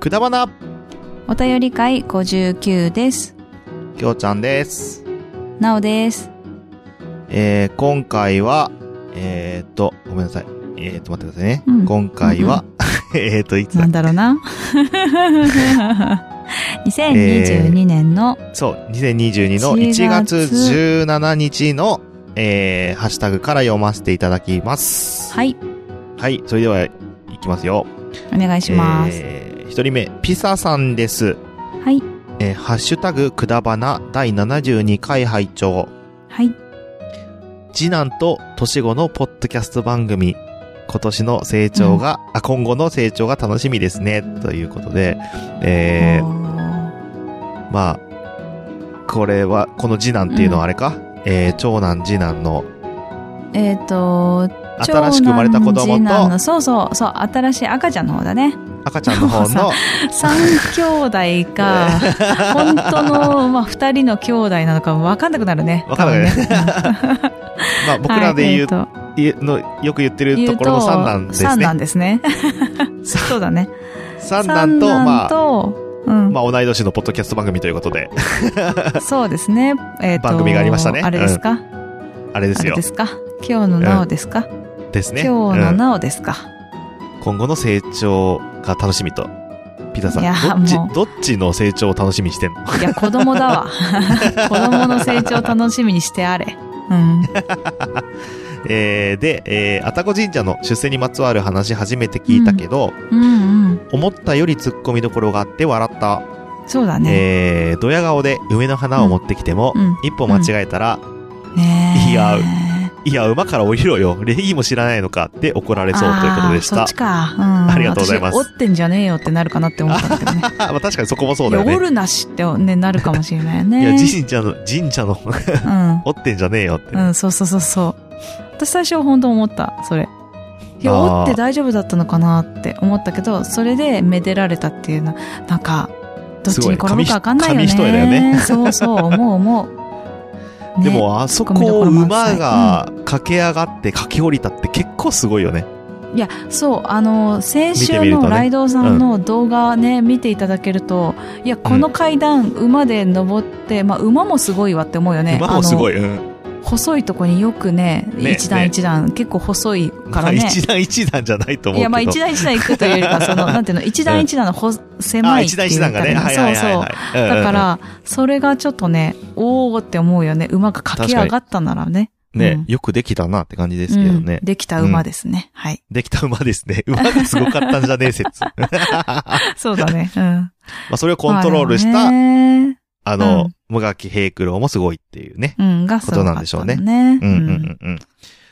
くだばなお便り会59です。きょうちゃんです。なおです。えー、今回は、えー、っと、ごめんなさい。えー、っと、待ってくださいね。うん今回は、 えーっと、いつだなんだろうな。2022年の、そう、2022の1 1月月17日の、えー、ハッシュタグから読ませていただきます。はい、はい、それでは、いきますよ。お願いします。えー、一人目、ピサさんです。はい、えー、ハッシュタグくだばな第72回拝聴はい、次男と年後のポッドキャスト番組。今年の成長が、あ、今後の成長が楽しみですね。ということで、えー、おーまあ、これは、この次男っていうのはあれか、えー、長男次男のえっ、と、新しく生まれた子長男供次男とのそうそう、そう、新しい赤ちゃんの方 だね。赤ちゃんの方の、三兄弟か、本当の、まあ、二人の兄弟なのかわかんなくなるね。わかんないね多分ね。 まあ僕らで言う、はい言うの、よく言ってえーとるところの三男です三ね男。ですね。 そうだね。三男と、三ま男あ、とうん、まあ同い年のポッドキャスト番組ということで、そうですね。えーと番組がありましたねあれですか、あれであすれよ。ですか今日のなおですか、ですね。今日のうんなおですか、今後の成長が楽しみと。ピザさん、いやどっちも、うどっちの成長を楽しみにしてんの いや、子供だわ。子供の成長を楽しみにしてあれ。うん。えー、で、えー、あたこ神社の出世にまつわる話初めて聞いたけど、うんうん。思ったより突っ込みどころがあって笑った。そうだね。えー、ドヤ顔で梅の花を持ってきても、うん。一歩間違えたら、ねえいやいや、馬から降りろよ。礼儀も知らないのかって怒られそうということでしあーそたっち。か。うん。ありがとうございます私折ってんじゃねえよってなるかなって思ったんだけどね。あ まあ確かにそこ もそうだよ折ね。るなしって、ね、なるかもしれないよいね。や、神社の、神社の、うん。折ってんじゃねえよって。うん、そうそうそうそう。私最初本当思った、それ。いや、あー折って大丈夫だったのかなって思ったけど、それでめでられたっていうのは、なんか、どっちに転ぶかわかんないよね。すごいね紙紙一重だよそうそう、思う思う。ね で、も、あそこ突っ込みどをころ満馬載が駆け上がって駆け下りたって結構すごいよね。いや、そう、あの、先見て週みるとねのライドウさんの動画ね、見ていただけると、いや、この階段、馬で登って、まあ、馬もすごいわって思うよね。馬もすごい。い。うん。細いとこによくね、ね一段ね一段、結構細いかまあらね。 一段一段じゃないと思うけど。いや、まあ、一段一段行くというより か、その、なんていうの、一段一段のほ、あ狭いって一段い一うか段ね。がね。はいはいはいそうはそう。い。うんうんうんだか、ら、それがちょっとね、おーって思うよね。馬が駆け上がったならね。ね、うよくできたなって感じですけどねうん。できた馬ですね。はい。できた馬ですね。馬がすごかったんじゃねえ説。 まそうだね。うん。あそれを コントロールしたまあ、ねあうのん、無垣平九郎もすごいっていうね。うん、がすごかったことなんでしょうねね。うんうんうんうん。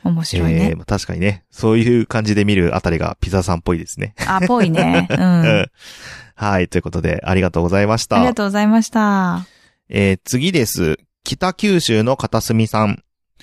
面白いえねー。まあ確かにね、そういう感じで見るあたりがピザさんっぽいですね。あ、ぽいね。うん。 うんあ。はい、ということで、ありがとうございました。りがとうございました。えー次です。北九州の片隅さん。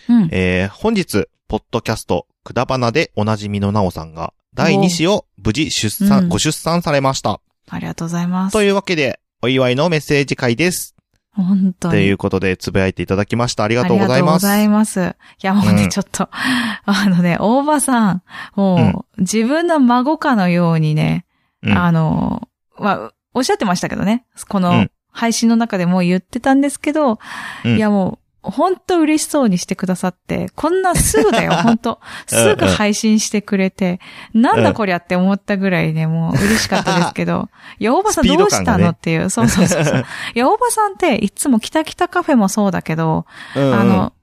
うん。えー本日、ポッドキャスト、くだばなでおなじみのなおさんが、第2子を無事出産、うんご出産されました。ありがとうございますと。いうわけで、お祝いのメッセージ会です。本当とにい。うことで、つぶやいていただきました。ありあがとうりごがざというまごす。ざいます。いや、もうね、うんちょっと、あのね、大場さん、もう、自分の孫かのようにね、うんあの、まあ、おっしゃってましたけどね、こうのん配信の中でも言ってたんですけど、うんいやもう、本当嬉しそうにしてくださって、こんなすぐ だよ、本当すぐ配信してくれて、なんだこりゃって思ったぐらいね、もう嬉しかったですけど、いや、大場さんスピーどドう感しがたねのっていう、そうそうそうそう。いや、大場さんって、いつもキタキタカフェもそうだけど、うんうんあの、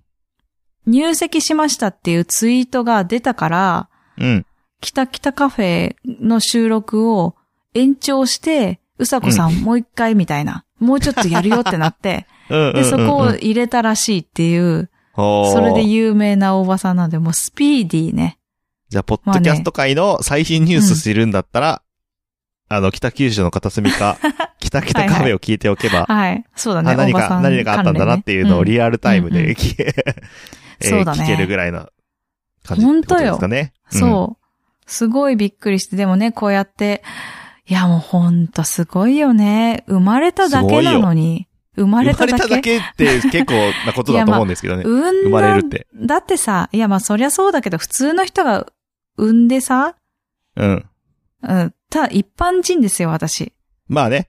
入籍しましたっていうツイートが出たから、うん。キタキタカフェの収録を延長して、うさこさんもう一回みたいな、もうちょっとやるよって なって、うんうんうんうで、んそこを入れたらしいっていう、ほーそれで有名なおばさんなんで、もうスピーディーね。じゃあ、ポッドキャスト界の最新ニュース知るんだったら、あの、北九州の片隅 か、北北カフェを聞いておけば、はい。そうだあね、何おばさか、ん関何連ね。かあったんだなっていうのをんリアルタイムうんうんで聞 け、えーそうだね聞けるぐらいの感じってことですかね。そう。すごいびっくりして、でもね、こうやって、いやもうほんとすごいよね。生まれただけなのに。生うまん。れ生またれだただけけ。って結構なことだと思うんですけ どね。産生んまれるっだ、て。だってさ、いやまあそりゃそうだけど、普通の人が産んでさ、うん。うん、ただ一般人ですよ、私。まあね。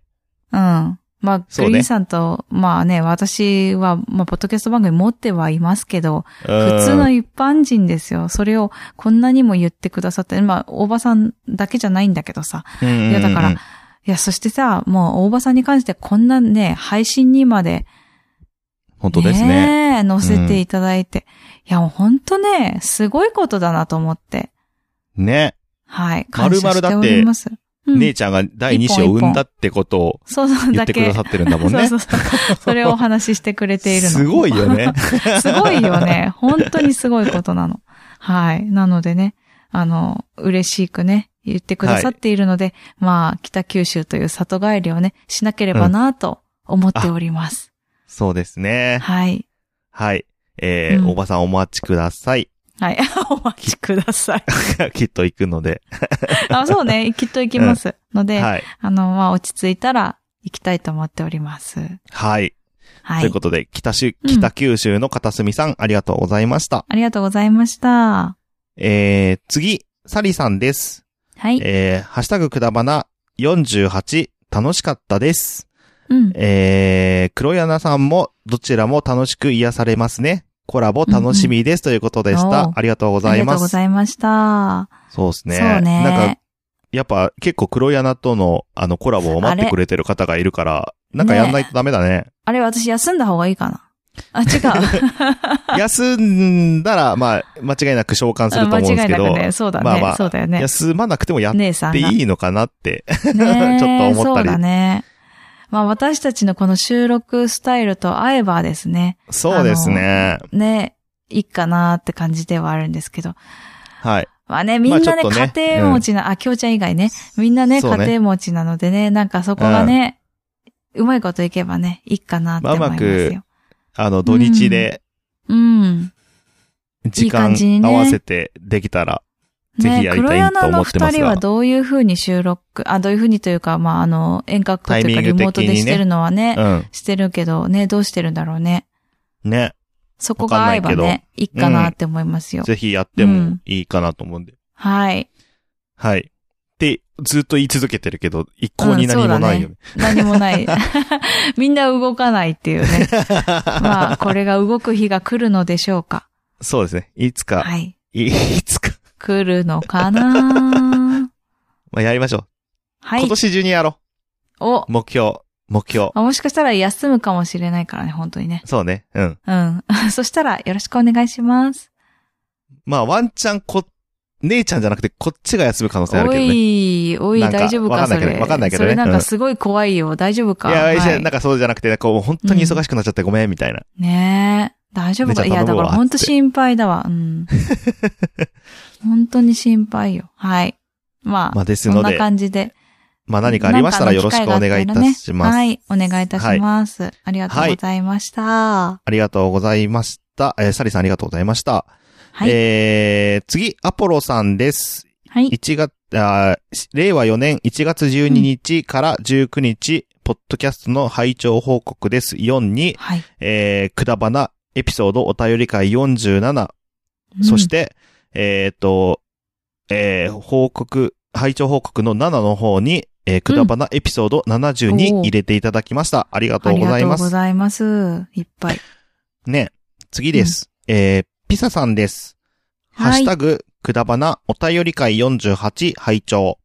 うん。まあ、グそうねリーンさんと、まあね、私は、まあ、ポッドキャスト番組持ってはいますけど、普普通の一般人ですよ。それをこんなにも言ってくださって、まあ、大場さんだけじゃないんだけどさ。いや、だから、いや、そしてさ、もう大場さんに関してこんなね、配信にまで、本当ですね。え載せていただいて。いや、もう本当ね、すごいことだなと思って。ね。はい。感謝しております。うん姉ちゃんが第2子を産んだってことをそうそう、言だってけ。くださってるんだもんね。 そう そうそう。それをお話ししてくれているの。すごいよね。 すごいよね。本当にすごいことなの。はい。なのでね、あの、嬉しくね、言ってくださっているので、まあ、北九州という里帰りをね、しなければなぁと思っております。そうですね。はい。はい。えーうんおばさんお待ちください。 はい。 お待ちください。きっと行くので。あ、そうね。きっと行きます。ので、はい。あの、まあ、落ち着いたら行きたいと思っております。はい。はとい。いうことで、北州、うん北九州の片隅さん、ありがとうございました。ありがとうございました。えー、次、サリさんです。はい。えー、ハッシュタグくだばな48、楽しかったです。うん。えー、黒柳さんも、どちらも楽しく癒されますね。コラボ楽しみです、ということでしおたー。ありがとうごあざりいまがとうごす。ざいました。そうですね。そうね。なんか、やっぱ結構黒柳とのあのコラボを待ってくれてる方がいるから、なんかやんないとダメだね。あれ、私休んだ方がいいかな。あ、違う。休んだら、まあ、間違いなく召喚すると思うんですけ間違いど、なくね。そうだね。まあまあそうだよね。休まなくてもやっ姉さて んが。いいのかなって。ねちょっと思ったりそうだね。まあ私たちのこの収録スタイルと合えばですね。 そうですね。ね、いいかなって感じではあるんですけど。はい。まあね、みんなまあね、ちょっとね家庭持ちな、あ、きょうちゃん以外ね、みんなね、そうね家庭持ちなのでね、なんかそこがね、うまいこといけばね、いいかなって思いますよ。あの、土日でうん。時いい感間じにね合わせてできたら、ぜひね、やり黒たいと柳思のってま二す人はが。どういう風に収録、あ、どういう風にというか、まあ、あの、遠隔といタうかイミング的にねリモートでしてるのはね、うん。してるけどね、どうしてるんだろうね。ね。そこが合えばわかんないね、いいかなって思いますよ。ぜひやってもいいかなと思うんで。はい。はい。って、ずっと言い続けてるけど、一向に何もないよね。何 もない。みんな動かないっていうね。まあ、これが動く日が来るのでしょうか。 そうですね。いつか、はい。いいつか、 来るのかなまあ、やりましょう。は今い。年中にやろおう。目標、目標。あもしかしたら休むかもしれないからね、本当にね。そうね。うん。うん。 そしたらよろしくお願いします。まあ、ワンチャンこ、姉ちゃんじゃなくて、こっちが休む可能性あるおけどね。いい、おい、なんか大丈夫かわかんなそいけどれ。わかんないけどそねれなんうんかすごい怖いよ。大丈夫かや、いやはいなんかそうじゃなくて、こう、本当に忙しくなっちゃってごめん、みたいな。ねえ。大丈夫か姉いちゃや、ん頼だむわから本当つって心配だ わ。うん。本当に心配よ。はい。まあ、まあ、ですそんのなで、感じで。まあ、何かありましたらよろしくお願いいたします。はい、お願いいたします。ありがとうございました。はありがとうございました。えーサリさんありがとうございました。い。えー、次、アポロさんです。はい。 1月、あー令和4年1月12日から19日、ポッドキャストの拝聴報告です。4に、はい。えー、くだばな、エピソードお便り会47、うんそし、て、えっ、と、えー報告、拝聴報告の7の方に、えーくだばなエピソード70におー入れていただきました。ありがとあうりごがざいとうまごす。ざいます。いっぱい。ね、次です。えーピサさんです。はいハッシュタグ、くだばな、お便り会48、拝聴。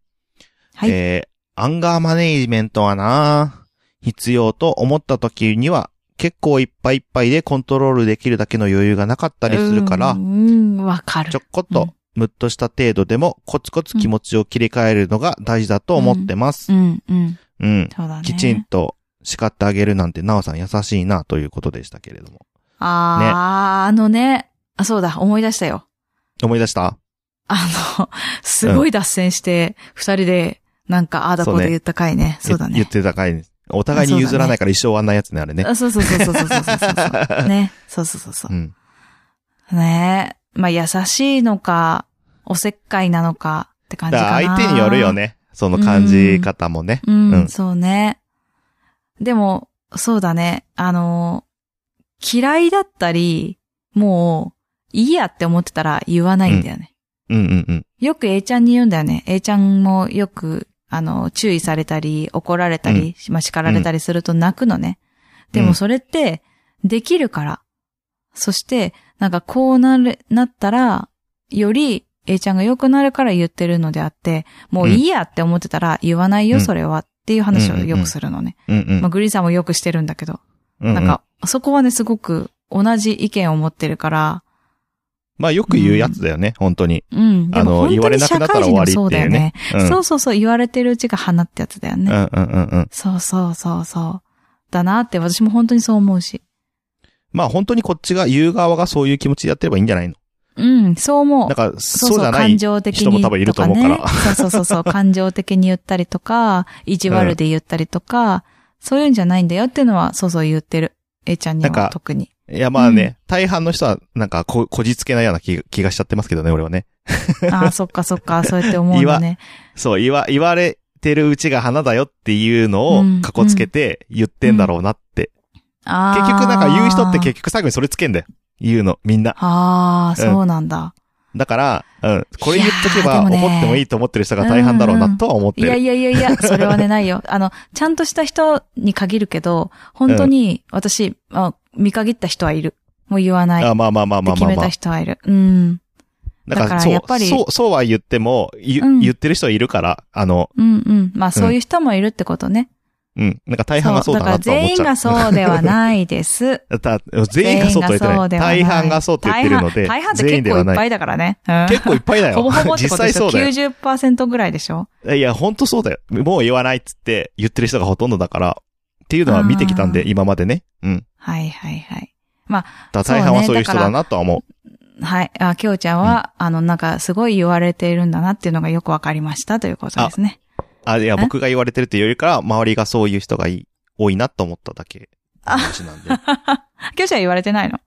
はいえーアンガーマネージメントはな必要と思った時には、結構いっぱいいっぱいでコントロールできるだけの余裕がなかったりするからう、ん、うんわかるちょ。こっと、ムッとした程度でも、コツコツ気持ちを切り替えるのが大事だと思ってますう。ん、うん。うん。そうだね。きちんと叱ってあげるなんて、なおさん優しいな、ということでしたけれども。あー、ねあのね、あ、そうだ、思い出したよ。思い出したあの、すごい脱線して、二人で、なんか、ああだこうそうでね言った回ね。そうだ言ねっ。てたかいです。お互いに譲らないから一生終わんないやつね、あれね。あそうそうそうそうそうそうそう そう。ね。そうそうそうそうう。ん。ねまあ、優しいのか、おせっかいなのかって感じ だかかな。ら相手によるよ。ね。その感じ方もね。うん、うんそうね。でも、そうだね。あの、嫌いだったり、もう、いいやって思ってたら言わないんだよね。うんうんうん。よく A ちゃんに言うんだよね。A ちゃんもよく、あの、注意されたり、怒られたり、まあ、叱られたりすると泣くのね。でもそれって、できるから。そして、なんかこうなる、なったら、より、A ちゃんが良くなるから言ってるのであって、もういいやって思ってたら言わないよ、うんそれは。っていう話をよくするのね。うんうんまあ、グリーンさんもよくしてるんだけど。ううなんか、そこはね、すごく同じ意見を持ってるから、まあよく言うやつだよね、本当に。うん。であのも本言わ当れになく社なったら終会人わもりそうだよね。うんそうそうそう、言われてるうちが花ってやつだようんね。うんうんうん。そうそうそうそう。だなって、私も本当にそう思うし。まあ本当にこっちが、言う側がそういう気持ちでやってればいいんじゃないのうん、そう思うなん。か、そうそうそじう、ゃない感。情的に。人も多分いると思うからね。そうそうそう そう、感情的に言ったりとか、意地悪で言ったりとか、そういうんじゃないんだよっていうのは、そうそう言ってる。A ちゃんになんかは特に。いやまあね、大半の人はなんかこ、こじつけないような気気がしちゃってますけどね、俺はね。あ あ、そっかそっか、そうやって思う言のわね。そう、言わ、言われてるうちが花だよっていうのうを、んかこつけて言ってんだろうなって。あ結あ。局なんか言う人って結局最後にそれつけんだよ。言うの、みんな。ああ、そうなんだ。だから、うん、これ言っとけいやばーでも思ねってもいいと思ってる人が大半だろうなとは思っていやる。いやいやいや、それはね、ないよ。あの、ちゃんとした人に限るけど、本当に私、あ見限った人はいる。もう言わない。っあまあまあまあてまあ決まあめまたあ。人はいる。うん。だだかかららそうやっぱりそう、そうは言っても、ゆうん言ってる人はいるから、あの、うんうん。まあそういう人もいるってことね。うん、なんか大半がそうだなとは思っそうちゃだう。から全員がそうではな いです。だ全員がそうとは言ってない。大半がそうと言ってるので、大半大半って全員結では構いっなぱい。いだからね。うん結構いっぱいだよ。 ほぼほぼって実ことで際しそょうだよ。 ?90% ぐらいでしょいや、ほんとそうだよ。もう言わないっつって言ってる人がほとんどだから、っていうのは見てきたんあで、ー今までね。うん。はいはいはい。だから大半はそそうねういう人だなとは思う。はい。あ、きょうちゃんは、あの、なんか、すごい言われているんだなっていうのがよくわかりましたということですね。あ、いや、ん僕が言われてるというよりかは、周りがそういう人がいい多いなと思っただけ。話なんで。きょうちゃんは言われてないの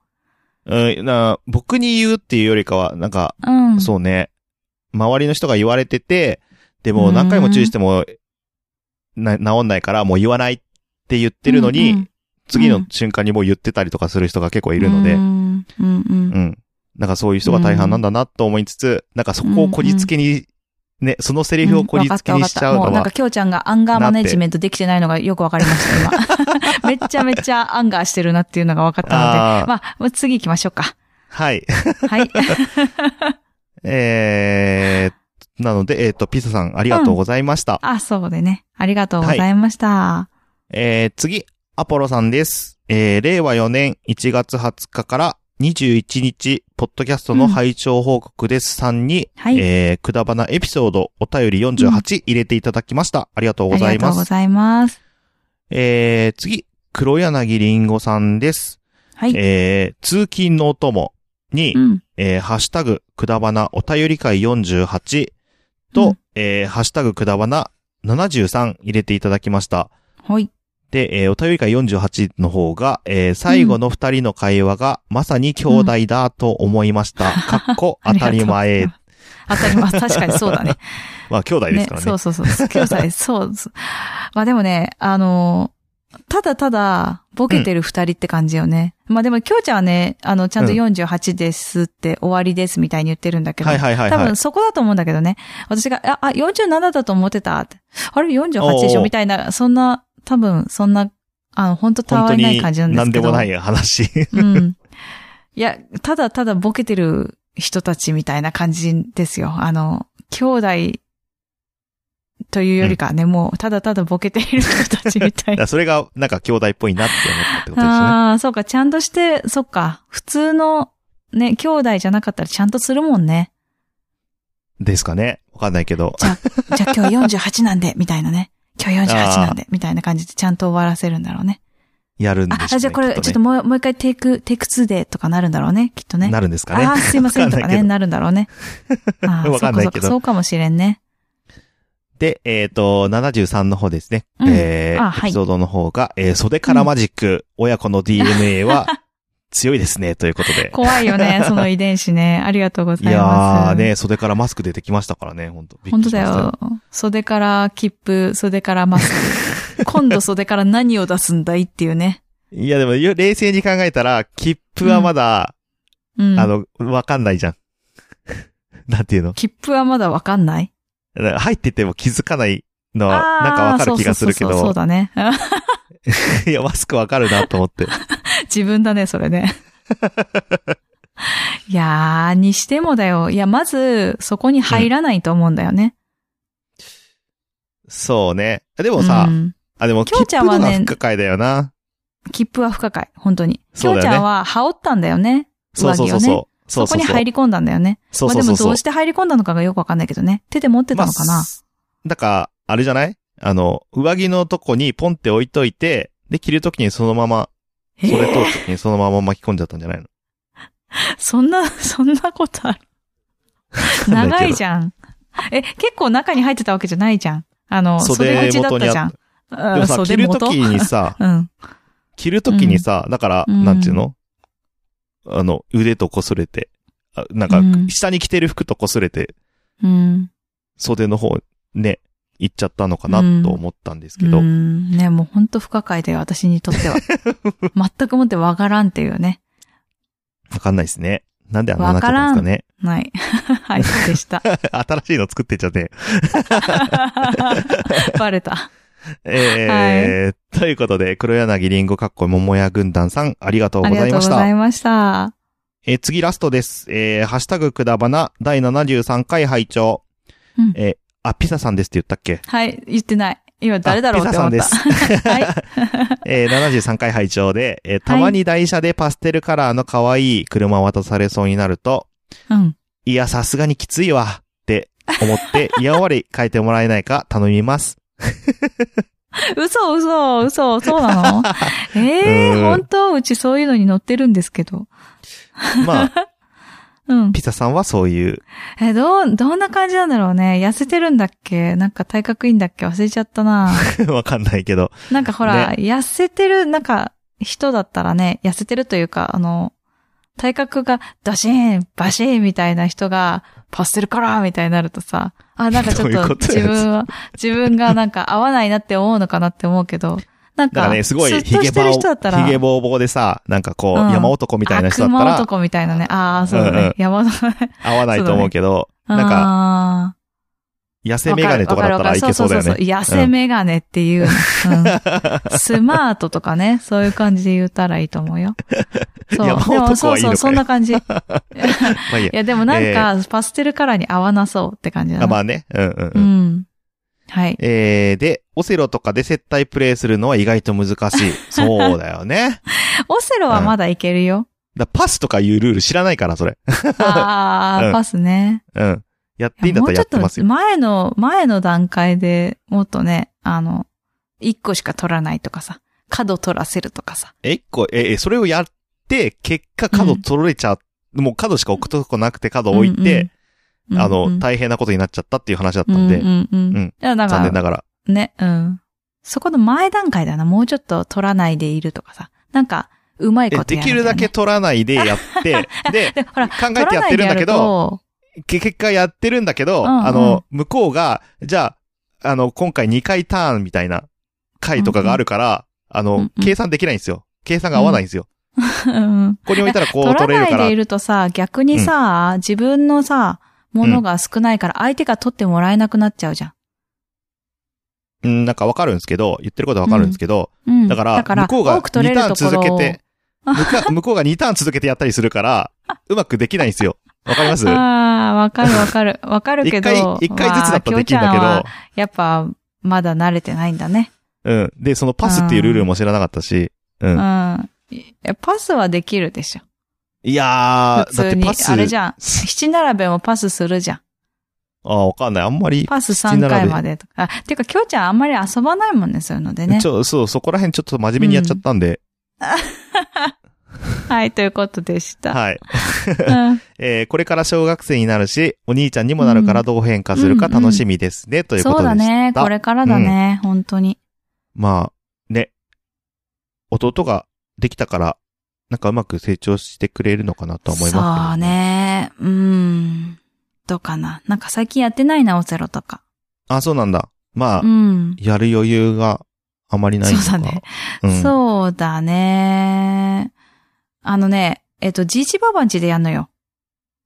うん、な僕に言うっていうよりかは、なんか、うん。そうね、周りの人が言われてて、でも何回も注意しても、な、治んないからもう言わないって言ってるのに、うんうん次の瞬間にもう言ってたりとかする人が結構いるので、ううん。ん、うん、うん。なんかそういう人が大半なんだなと思いつつ、なんかそこをこじつけに、ね、そのセリフをこじつけにしちゃうのわかったわかったもうなんはか、、きょうちゃんがアンガーマネジメントできてないのがよくわかりました、 今。めっちゃめっちゃアンガーしてるなっていうのがわかったので。あーまあ、もう次行きましょうか。はい。 はい。えー、なので、えっ、と、ピザさんありがとうございました。あ、そうでね。ありがとうございました。えー、次、アポロさんです。えー、令和4年1月20日から21日、ポッドキャストの拝聴報告ですさんに、はいえー、くだばなエピソード、お便り48入れていただきました。ありがとうござあいりがまとうごす。ざいます。えー、次、黒柳りんごさんです。はい。えー、通勤のお供に、うん。えー、ハッシュタグ、くだばなお便り会48と、うんえー、ハッシュタグくだばな73入れていただきました。ほい。で、えーお便り会48の方が、えー最後の二人の会話が、まさに兄弟だと思いました。かっ こ当たり前。ま。当たり前。確かにそうだね。あ、兄弟ですからね。そうそうそう。兄 弟、そうです。まあでもね、あの、ただただ、ボケてる二人って感じよね。まあでも、きょうちゃんはね、あの、ちゃんとうん48ですって、終わりですみたいに言ってるんだけど。はいはいはい多はい分。そこだと思うんだけどね。私が、あ、あ47だと思ってたって。あれ ?48 でしおうおょうみたいな、そんな、多分、そんな、あの、本当た本わ当いないに、感じなんです何けでど。もない 話。うん。いや、ただただボケてる人たちみたいな感じですよ。あの、兄弟というよりかね、もうただただボケている人たちみたい な。それが、なんか兄弟っぽいなって思ったってことですね。ああ、そうか、ちゃんとして、そっか、普通の、ね、兄弟じゃなかったらちゃんとするもんね。 ですかね。わかんないけど。じゃあ、じゃあ今日48なんで、みたいなね。今日48なんで、みたいな感じでちゃんと終わらせるんだろうね。やるんでしょうね、、ああじゃあこきれ、ちょっととねもう、もう一回テイク、テイク2でとかなるんだろうね、きっとね。なるんですかねあ。あ、すいませんとわかかんないけね、どなるんだろう ね。ああ、わかんないけどそうかそうかそうかもしれんね。で、えっ、と、73の方ですね。うんえーあはいエピソードの方が、えー袖からマジック、親子の DNA は強いですね、ということで。怖い よね、その遺伝子ね。ありがとうございいます。やーね、袖からマスク出てきましたからね、本当本当だ。よ。袖から切符、袖からマス ク。今度袖から何を出すんだいっていうね。いや、でも、よ冷静に考えたら、切符はまだ、うん。あの、わかんないじゃん。 なんていうの切符はまだわかんない入ってても気づかないのは、あーなんかわかる気がするけそうそうそうそど、うだね。 いや、マスクわかるなと思って。自分だね、そ れね。いやー、にしてもだよ。いや、まず、そこに入らないと思うんだよね。そうね。でもさ、うんあ、でも、きょうちゃんはね切符のが不可解だよな。切符は不可解、本当に。きそうょだようちねゃんは羽織ったんだよね。そうそうそう上着をねそう。そうそこそうにそう。入り込んだんだよね。そうまあそでうそもうそどうう。して入り込んだのかがよくわかんないけどね。手で持ってたのかな。すだから、あれじゃないあの、上着のとこにポンって置いといて、で、着るときにそのまま、えーそれ通すときにそのまま巻き込んじゃったんじゃないのそんな、そんなことある。んないけど長いじゃん。え、結構中に入ってたわけじゃないじゃん。あの、袖袖口だっ元にたじゃあった。。んうんでもさ、着るときにさ、うん。 着るときにさ、だから、うんなんていうのあの、腕と擦れて、あなんかうん、下に着てる服と擦れて、うん。袖の方、ね、行っちゃったのかなうんと思ったんですけど、うん。ね、もうほんと不可解だよ、私にとって は。全くもってわからんっていうね。わかんないですね。なんであんなになっちゃったんですかね。ない。 はい、そうで した。新しいの作ってっちゃって。バレた。えーということで、黒柳りんごかっこももや軍団さん、ありがとうあごりがざいとまうごしたざ。いました。えー次ラストです。えーハッシュタグくだばな、第73回拝聴。うんえーあ、ピザさんですって言ったっけはい、言ってない。今誰だろうって思あっピた。ザさん はい。えー73回拝聴で、えーたまに台車でパステルカラーの可愛い車を渡されそうになると、うん。いや、さすがにきついわ、って思って、 いやわり変えてもらえないか頼みます。嘘、嘘、嘘、そう なのええうんー、本当うちそういうのに乗ってるんですけど。ま あ、うん。ピザさんはそういう、 え、どう、どんな感じなんだろうね。痩せてるんだっけなんか体格いいんだっけ忘れちゃったな。わかんないけど、なんかほら、痩せてる、なんか、人だったらね、痩せてるというか、あの、体格がドシーン、バシーンみたいな人が、パステルカラーみたいになるとさ、あ、なんかちょっどういうことと自分は、自分がなんか合わないなって思うのかなって思うけど、なんだか、からね、すごい、スッヒとゲしてバるオ、人だったら、ヒゲボーボーでさ、なんかこう、うん山男みたいな人だった悪魔ら、男みたいなね。ああ、そうだね。うんうん山男ね。合わないと思うけど、なんか、なんか、痩せメガネとかだったらいけそうだよわかるわかるわかるそうそうそうそうね。痩せメガネってい う、うんスマートとかね、そういう感じで言ったらいいと思うよ。そう。山でも男そうはいいそのかう、よそんな感じ。いまあいいや。や、でもなんか、パステルカラーに合わなそうって感じだな。あまあね、うんうんううん。ん。はい。えー、で、オセロとかで接待プレイするのは意外と難し い。そうだよね。オセロはまだいけるよ。だパスとかいうルール知らないから、それ。あうあ、んパスね。うん。やっていいんだっもたうらちやょっってますとよ。前の、前の段階でもっとね、あの、一個しか取らないとかさ、角取らせるとかさ。え、一個、え、えそれをやって、結果角取られちゃう。もう角しか置くとこなくて角置いて、うんうん、あうんうの、ん大変なことになっちゃったっていう話だったうんんで、うんうん。うんいや、だか残ら、念ながら。ね、うん。そこの前段階だな、もうちょっと取らないでいるとかさ。なんか、うまいえことでやらなききゃねるだけ取らないでや って、で、で、ほら、考え取てらやっなていでるんやだけるど、と、け結果やってるんだけど、うんうんあの、向こうが、じゃあ、あの、今回2回ターンみたいな回とかがあるから、あの、うんうん計算できないんですよ。計算が合わないんですよ。うんここに置いたらこう取ら取れるないかでらい、るとさ、逆にさ、自分のさ、ものが少ないから相手が取ってもらえなくなっちゃうじゃん。うん、なんかわかるんですけど、言ってることはわかるんですけど、うん。だから、向こうが多く取2れるターンところ続をけて、向 か向こうが2ターン続けてやったりするから、うまくできないんですよ。わかりますああ、わかるわかる。わかるけ一ど。回、一回ずつだったらできるんだけまあど、、京ちゃんはやっぱ、まだ慣れてないんだね。うん。で、そのパスっていうルールも知らなかったし、う。うんん。いやパスはできるでしょ。いや普ー、だっ通てに。パス、あれじゃん。 七並べもパスするじゃん。あーわかんない。あんまり、パス七並3べ回までとか。あ、てか、きょうちゃんあんまり遊ばないもんね、そういうのでねち。ょ、そう、そこら辺ちょっと真面目にやっちゃったんで、はい、ということでした。はい。うんえーこれから小学生になるし、お兄ちゃんにもなるからどう変化するか楽しみですね、というこそとうでした。だね。これからだね、本当に。まあ、ね。弟ができたから、なんかうまく成長してくれるのかなとは思いますそう。ね。うん。どうかな。なんか最近やってないな、オセロとか。あ、そうなんだ。まあ、うん。やる余裕があまりないのか。そうだねんそうだね。あのね、えっと、じいじばばんちでやんのよ。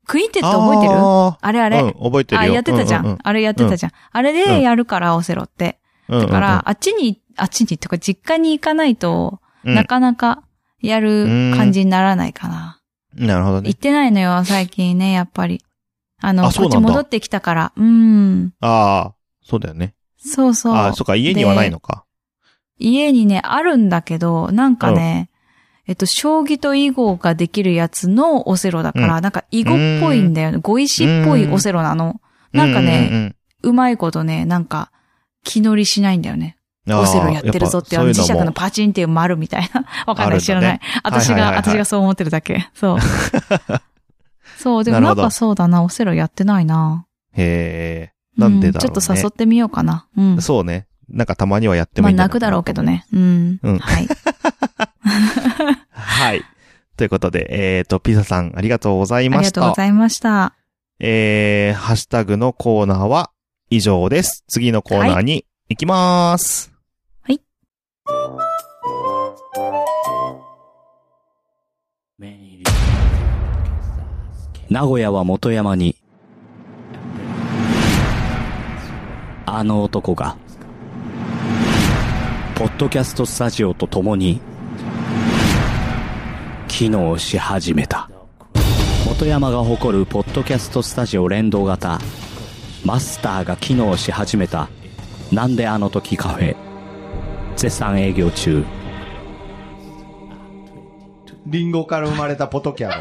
クインテット覚えてるああれああれ、うん、覚えてるあ、よ。やってたじゃん,、うんうんあれやってたじゃん。あれでやるから、オセロって。うん。だから、あっちに、あっちにっていうか、実家に行かないと、うん、なかなかやる感じにならないかな。なるほどね行っ。てないのよ、最近ね、やっぱり。あの、あこそうっちなんだ戻ってきたから。うん。ああ、そうだよね。そうそう。ああ、そっか、家にはないのか。家にね、あるんだけど、なんかね、えっと、将棋と囲碁ができるやつのオセロだから、なんか囲碁っぽいんだよね。碁石っぽいオセロなの。なんかねうううまいことね、なんか、気乗りしないんだよね。うんうん、オセロやってるぞって、ああーのや磁ぱ石そういうのもパチンっていう丸みたい な。わかんあなるんい、だ知らない。私はいはいはいはが、い私がそう思ってるだけ。 そう。そう、でもなるなほんどかそうだな、オセロやってないな。へえ、なんでだろうねちょっと誘ってみようかな。うん。そうね。なんかたまにはやってもまあいいんじゃない泣くかだなろうけどね。うん。うん はい。はい。ということで、えっ、と、ピザさんありがとうございあまりしがとた。うございました。えー、ハッシュタグのコーナーは以上です。次のコーナーに行きまーす。名古屋は元山に、あの男が、ポッドキャストスタジオと共に、機能し始めた。元山が誇るポッドキャストスタジオ連動型、マスターが機能し始めた、なんであの時カフェ、絶賛営業中。リンゴから生まれたポトキャ ロ。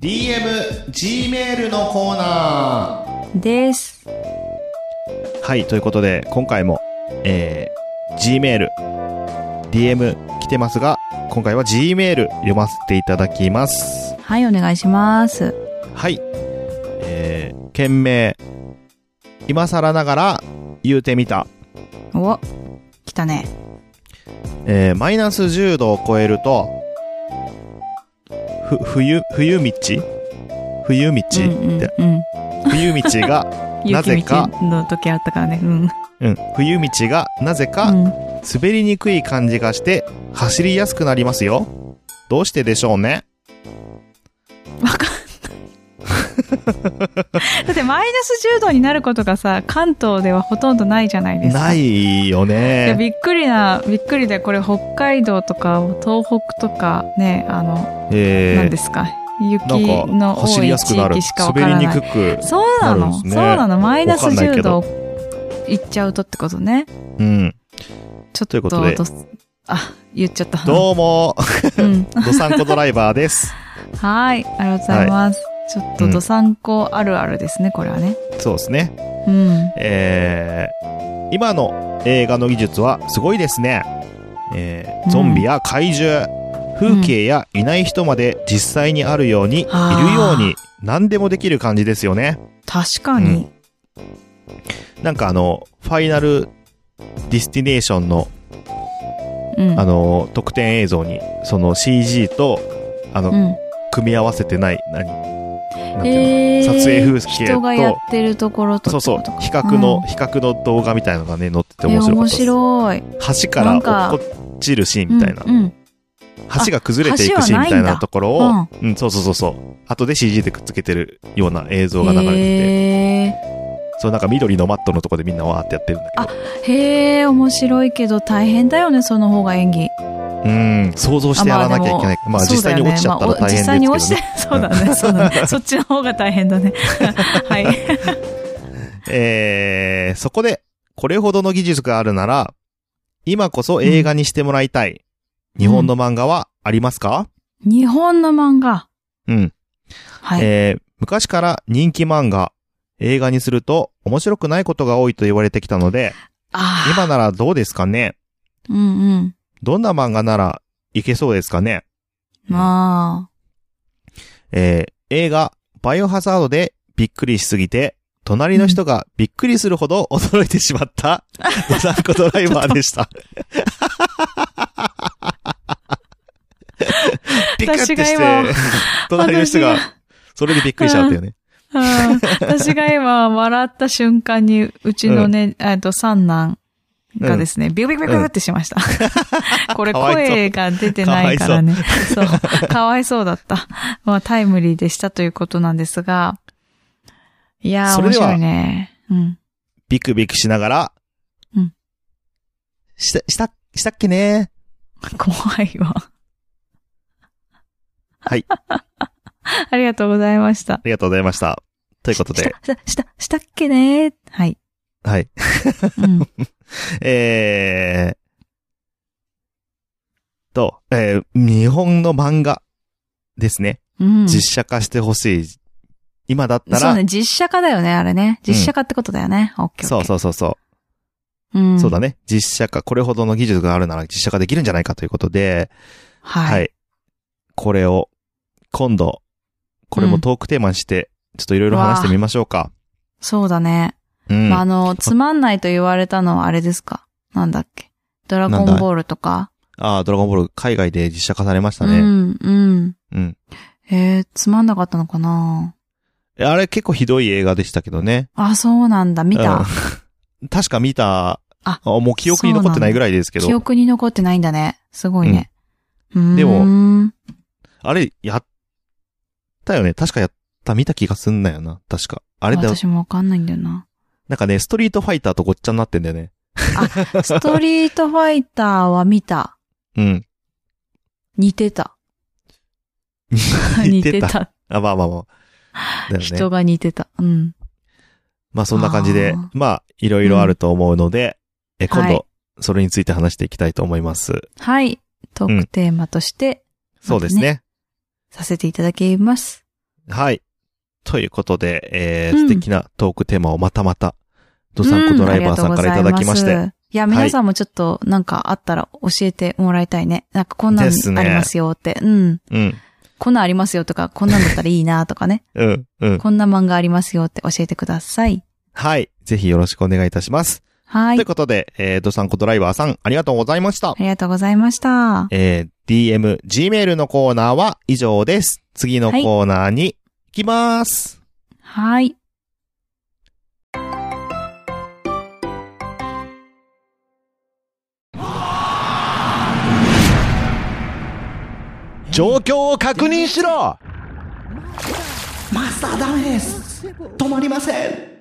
DM、G メールのコーナー。です。はい、ということで、今回も、えー、G メール、DM 来てますが、今回は G メール読ませていただきます。はい、お願いします。はい。えー、件名。今更ながら言うてみた。お、来たね。えー、マイナス10度を超えると、ふ、冬、冬道冬道って、うんうんうん。冬道が、なぜか 雪道の時あったからね。うん。うん、冬道がなぜうかん滑りにくい感じがして走りやすくなりますよ。どうしてでしょうね。わかんない。だってマイナス10度になることがさ、関東ではほとんどないじゃないですか。ないいよやね。びっくりな、びっくりで、これ北海道とか東北とかね、あの、え何ですか、雪ー、なんのか多走りいやすく地なる域し。かわか滑らりない。にくく。そうななるのんですねそうなのマイナスわかんないけど10度いっちゃうとってことね。うん。ちょっというと、ことでどすあ、言っちゃった。どう も、うんドサンコドライバーです。はい、ありがとうございます。ちょっと、どさんこあるあるですね、これはね。そうですね。うん。えー今の映画の技術はすごいですね。えーゾンビや怪獣、うん風景やいない人まで実際にあるように、いあーるように何でもできる感じですよね。確かに。なんかあの、ファイナルディスティネーションの、うん。あの、特典映像に、その CG と、あの、うん、組み合わせてない、何なんていうの、えー、撮影風景人がやっと、てるところとそうそうってこ、と比か較の、うん比較の動画みたいのがね、載っててえ面白かったです。面白い橋かなんらか落っこちるシーンみたいな。うんうん橋が崩れていくシーンみたいなところを、あうん、そうそうそうそう。後で CG でくっつけてるような映像が流れてて、へそうなんか緑のマットのとこでみんなわーってやってるんだけど、ーへえ面白いけど大変だよねその方が演技うん、想像してやらなきゃいけない。まあそう実だ際よにね落ちちゃったらまあお大変ですけ実ど、際ねに落ち てそうだねそうだねそっちの方が大変だねはいえー、そこで、これほどの技術があるなら、今こそ映画にしてもらいたい。日本の漫画はありますか日本の漫画うん。はい、えー昔から人気漫画、映画にすると面白くないことが多いと言われてきたので、ああ今ならどうですかねうんうんどんな漫画ならいけそうですかねまあえー映画、バイオハザードでびっくりしすぎて、隣の人がびっくりするほど驚いてしまった、ドサンコドライバーで した。びっくりして私が今、隣の人が、それでびっくりしちゃったよね。うん私が今笑った瞬間に、うちのね、えっと、三男がですね、ビュービュービュービューってしました。 これかわいそう声が出てないからね。そう。かわいそうだった。まあタイムリーでしたということなんですが。いやー、それ面では白いね。うん。ビクビクしながら、うん。した、した、したっけね怖いわ。はい。 ありがとうございましたあ。りがとうございました。ということしで、た、した、した、したっけねーはい。はい。うん。えー、と、えー日本の漫画ですね。 うん。実写化してほしい。今だったそうら、ね、実写化だよね、あれね。実写化ってことだよね。オッケー。そうそうそうそう。う。うん。そうだね。ね。実写化、これほどの技術があるなら実写化できるんじゃないかということで、はい。はい。これを、今度、これもトークテーマにして、ちょっといろいろ話してみましょうか。そうだね。うん。まあ、あの、つまんないと言われたのはあれですかなんだっけドラゴンボールとかああ、ドラゴンボール海外で実写化されましたうね。ん、うん。うん。えー、つまんなかったのかなあれ結構ひどい映画でしたけどね。あ、そうなんだ。見た、うん確か見た、あもう記憶に残ってないぐらいですけ記ど、憶に残ってないんだね。すごいね。うん、でもも、あれ、やったよね。確かやった、見た気がすんだよな。確か。あれだよ。私もわかんないんだよな。なんかね、ストリートファイターとごっちゃになってんだよね。ストリートファイターは見た。 うん。似 てた。 似てた。。あ、まあまあまあ。だよね。人が似てた。うん。まあそんな感じであー、まあいろいろあると思うので、え今はい度それについて話していきたいと思います。はい。トークテーマとしてそうですね。させていただきます。はい。ということで、えーうん素敵なトークテーマをまたまた、ドサンコドライバーさんからいただきましうんありがとうございて。すいや、皆さんもちょっとなんかあったら教えてもらいたいね。なんかこんなんあですねりますよって。うん。うん。こんなんありますよとか、こんなんだったらいいなとかね。うん。うん。こんな漫画ありますよって教えてください。はい。ぜひよろしくお願いいたします。はい。といあうことで、えードサンコドライバーさん、ありがとうございました。りがとうございました。えー DM、Gmail のコーナーは以上です。次のコーナーに行きます。はい。状況を確認しろマスターダメです止まりません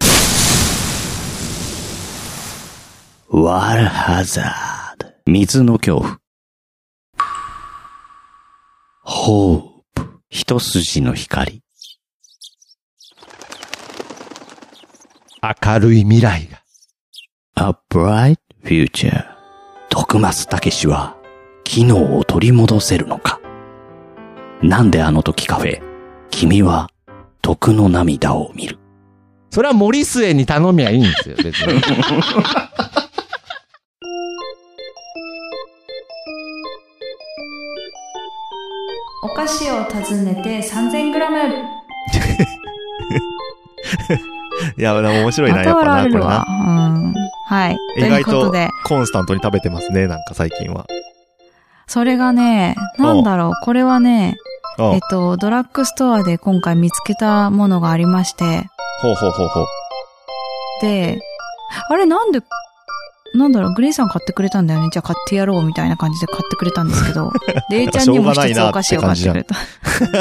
ワールハザード。水の恐怖。ホープ。一筋の光。明るい未来が。 A bright future. 徳松たけしは、機能を取り戻せるのかなんであの時カフェ、君は、徳の涙を見る。それは森末に頼みゃいいんですよ、別に。お菓子を訪ねて 3000g。 いや、でも面白いな、まやたっぱな、こ笑れえるなわ。。うん。はい。と意い外うこととで、コンスタントに食べてますね、なんか最近は。それがね、なんだろう、これはね、うん。えっと、ドラッグストアで今回見つけたものがありまして、ほうほうほうほう。で、あれなんで、なんだろう、グレイさん買ってくれたんだよね。じゃあ買ってやろうみたいな感じで買ってくれたんです けど、レイちゃんにもしょうがな一いつなお菓子を買ってく れた。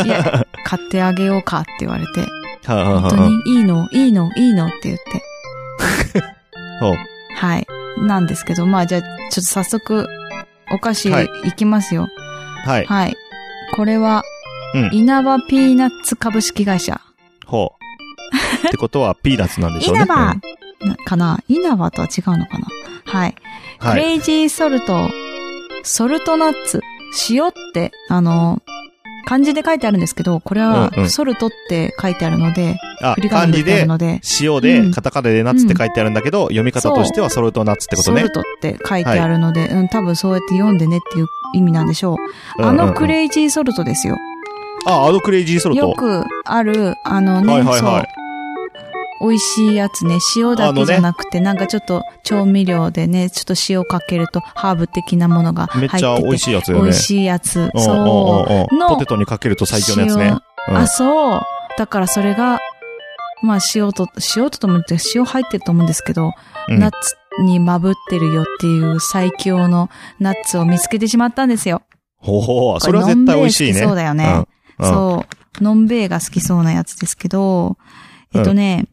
いや、買ってあげようかって言われて、はあ、はあ本は当あにいいの、いいの、いいのって言って、 ほうはい。なんですけど、まあじゃあ、ちょっと早速、お菓子はいいきますよ。はい。はい。これは、うん稲葉ピーナッツ株式会社。ほう。ってことは、ピーナッツなんでしょうね。稲葉うんなかな稲葉とは違うのかなはい。クはい。レイジーソルト、ソルトナッツ、塩って、あの、漢字で書いてあるんですけど、これはうんう、んソルトって書いてあるので、あ振り、仮漢字名で書いてあでる、ので、塩うで、んカタカナでナッツって書いてあるんだけど、読み方としてはソルトナッツってことソねル。トって書いてあるので、うん、多分そうやって読んでねっていう意味なんでしょう。うんうあんうんのクレイジーソルトですよ。あ、あのクレイジーソルよト。くある、あのはいね、はいそはうい。美味しいやつね。塩だけじゃなくて、なんかちょっと調味料でね、ちょっと塩かけるとハーブ的なものが入めっってちて。ゃ美味しいやつよね。美味しいやつ。うんそう。うんうんうんのポテトにかけると最強のやつね。う塩んあ、そう。だからそれが、まあ塩と、塩とともにって塩入ってると思うんですけど、うんナッツにまぶってるよっていう最強のナッツを見つけてしまったんですよ。ほほう、こそれは絶対美味しいね。のんべえ好きそうだよね。うん。うんそう。のんべえが好きそうなやつですけど、えっとね、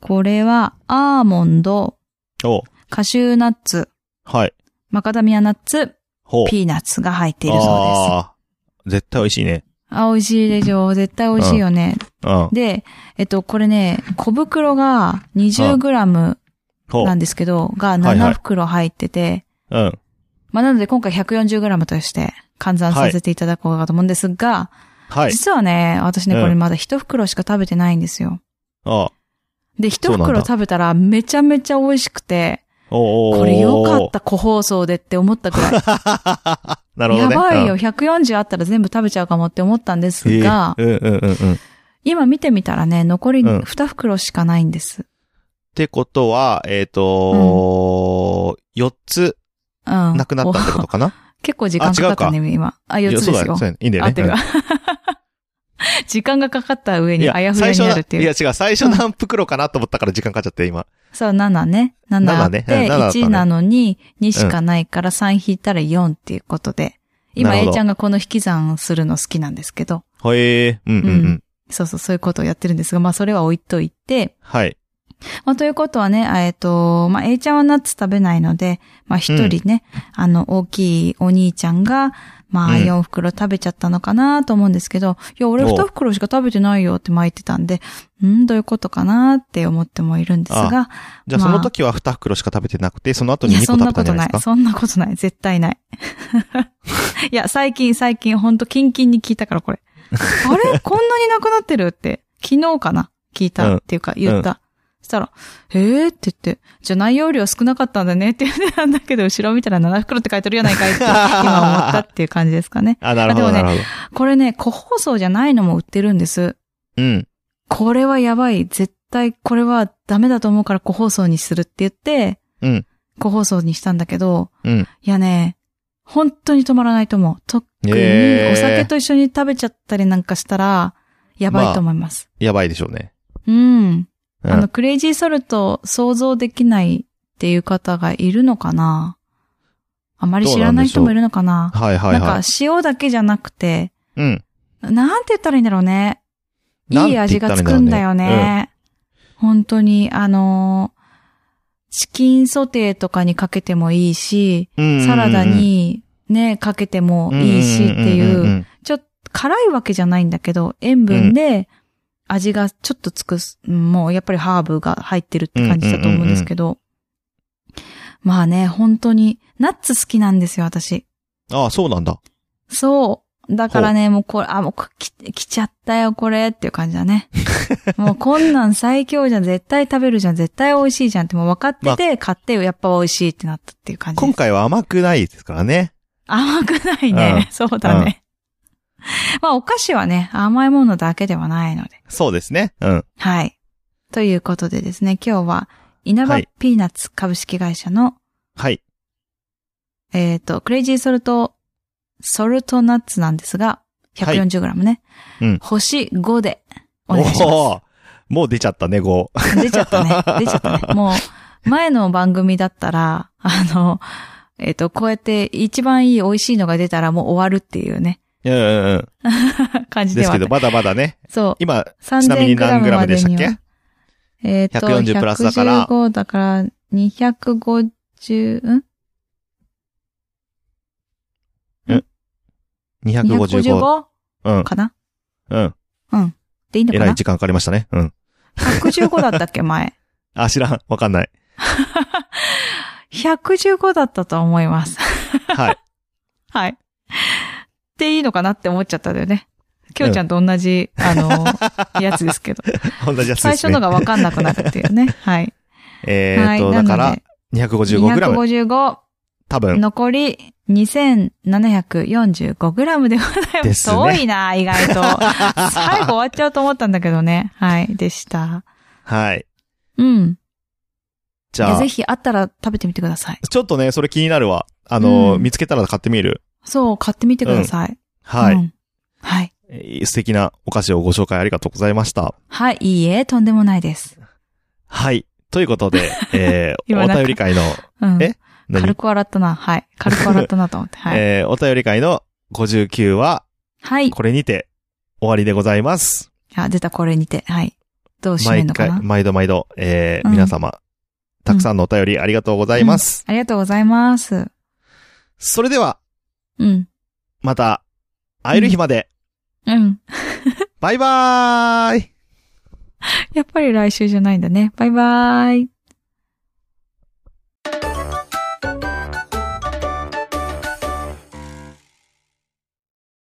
これはアーモンド、おカシューナッツ、はい。マカダミアナッツ、ほう。ピーナッツが入っているそうです。あー絶対美味しいね。あ、美味しいでしょ。絶対美味しいよね。うん。で、えっと、これね、小袋が 20g ほうな。んですけど、がはいはい7袋入ってて、うん。まあ、なので今回 140g として換算させていただこうかと思うんですが、はい。実はね、私ね、うんこれまだ一袋しか食べてないんですよ。あで、一そうなん袋だ食べたらめちゃめちゃ美味しくて、おーおーおーこれよかっ。た、個包装でって思っ たくらい。なるほどやね。ばいよ、うん。 140あったら全部食べちゃうかもって思ったんですえがー、うんうんうんうん。っ今見てみたらね、残りうん2袋しかないんです。てことは、えっと、4つうん。なくなったってことかなお 結構時間かかったね、今。あ、4ついやですそうだよね。。そうだねいいんだよあねっ。てるわ 時間がかかった上うんいにやあや、ふ最やに初なな、るっていう。いや違う、最初何袋かなと思ったから時間かかっちゃって、今。そう、7ね。7あって、 7ねうん7だったね1なのに、2しかないから3引いたら4っていうことで。今、なるほ A どちゃんがこの引き算するの好きなんですけど、へえ。うんうんう。うんそうそう、そういうことをやってるんですが、まあ、それは置いといて、はい。まあ、ということはね、あえっと、まあ、A ちゃんはナッツ食べないので、まあ、一人ね、あの、大きいお兄ちゃんが、まあ、うん4袋食べちゃったのかなと思うんですけど、いや、俺おう2袋しか食べてないよって巻いてたんで、うん、どういうことかなって思ってもいるんですが、じゃあまそあの時は2袋しか食べてなくて、その後いにや、 2そ個食んべなたこんじとゃなないいで。すかそんなことない。絶対ない。 いや、最近、最近、ほんと、キンキンに聞いたから、 これ。あれこんなになくなってるって、昨日かな聞いた、うんっていうか、言った。したら、へえーって言って、じゃあ内容量少なかったんだねって言ってたんだけど、後ろ見たら7袋って書いてるやないかいって、今思ったっていう感じですかね。あ、なるほあど、でなもるほど。これね、個包装じゃないのも売ってるんです。うん。これはやばい。絶対、これはダメだと思うから個包装にするって言って、うん個包装にしたんだけど、うん。いやね、本当に止まらないと思う。特にへーお酒と一緒に食べちゃったりなんかしたら、やばいと思います。やばいでしょうね。うん。うんあの、クレイジーソルト想像できないっていう方がいるのかなあまり知らない人もいるのかなはいはないんかはい。塩だけじゃなくて、うん。なんて言ったらいいんだろうね。なんいてい言ったらいい味んだろがうねつくんだよね。本当に、あのーチキンソテーとかにかけてもいいし、ササラダにね、かけてもいいしっていう、う。ちょっと辛いわけじゃないんだけど、塩分で味がちょっとつくす、うんもうやっぱりハーブが入ってるって感じだと思うんですけど、まあね、本当に、ナッツ好きなんですよ、私。ああ、そうなんだ。そう。だからね、もうこれ、あ、もうこ来来ちゃったよ、これっていう感じ だね。もうこんなん最強じゃん、絶対食べるじゃん、絶対美味しいじゃんってもう分かってて、買ってよ、やっぱ美味しいってなったっていう感じです今回は甘くないですからね。甘くないね。そうだね。まあ、お菓子はね、甘いものだけではないので。そうですね。うん。はい。ということでですね、今日は、稲葉はいピーナッツ株式会社の、はい。えっ、と、クレイジーソルト、ソルトナッツなんですが、140g ね。はいうん星5で、お願いしまーもう出ちゃったね、5。す。出ちゃった ね。出ちゃったね。もう、前の番組だったら、あの、えっ、と、こうやって一番いい美味しいのが出たらもう終わるっていうね、うんうんうん。感じでですはあけど、。ったまだまだね。そう。今、ちなみに何グラ3000ムでしたっにけはえっ、と、 140プラスだから115だから、250、ん ?255。 ?255? うん。かなうん。でいいのえかいらな時間かかりましたね。うん。 ?115 だったっけ前。あ、知らん。わかん ない。 115だったと思います。 はい。はい。でいいのかなって思っちゃったんだよね。きょうちゃんと同じ、あの、やつで すけど。同じやつですね。最初のがわかんなくなるっていうね。はい。えーっと、はい、なだのからで、 255グラム。 255多分。残り2745グラムでございます。ですね遠いな、意 外と。最後終わっちゃうと思ったんだけどね。はい、でした。はい。うん。じゃあぜ、ひあったら食べてみてください。ちょっとね、それ気になるわ。あのー、うん見つけたら買ってみる。そう、買ってみてください。はうい。んはい。えー素敵なお菓子をご紹介ありがとうございました。はい、いいえ、とんでもないです。はい。ということ で、えー、今おなんか便り会の、うん。え何軽く笑ったな。はい。軽く笑ったなと思って。はい。 えー、お便り会の59は、はい。いこれにて終わりでございます。や、出たこれにて。はい。どう締め毎んのか回な、毎度毎度、えーうん皆様、たくさんのお便りありがとうございます。ありがとうございます。それでは、うん。また、会える日まで、うん。バイバーイやっぱり来週じゃないんだね。バイバーイ。